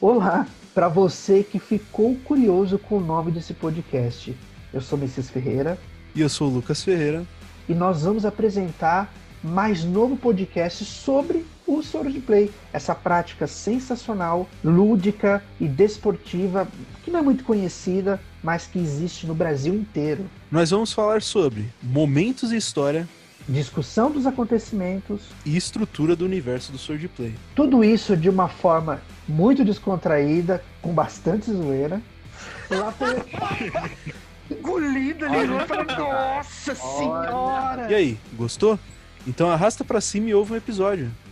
Olá, para você que ficou curioso com o nome desse podcast. Eu sou Messias Ferreira E eu sou o Lucas Ferreira. e nós vamos apresentar mais novo podcast sobre o soro de play, essa prática sensacional, lúdica e desportiva que não é muito conhecida, mas que existe no Brasil inteiro. Nós vamos falar sobre momentos e história Discussão dos acontecimentos, e estrutura do universo do Swordplay. tudo isso de uma forma muito descontraída, com bastante zoeira. Lá pelo... Engolida, Olha. ali, falei, nossa senhora! É. E aí, gostou? Então arrasta pra cima e ouve um episódio.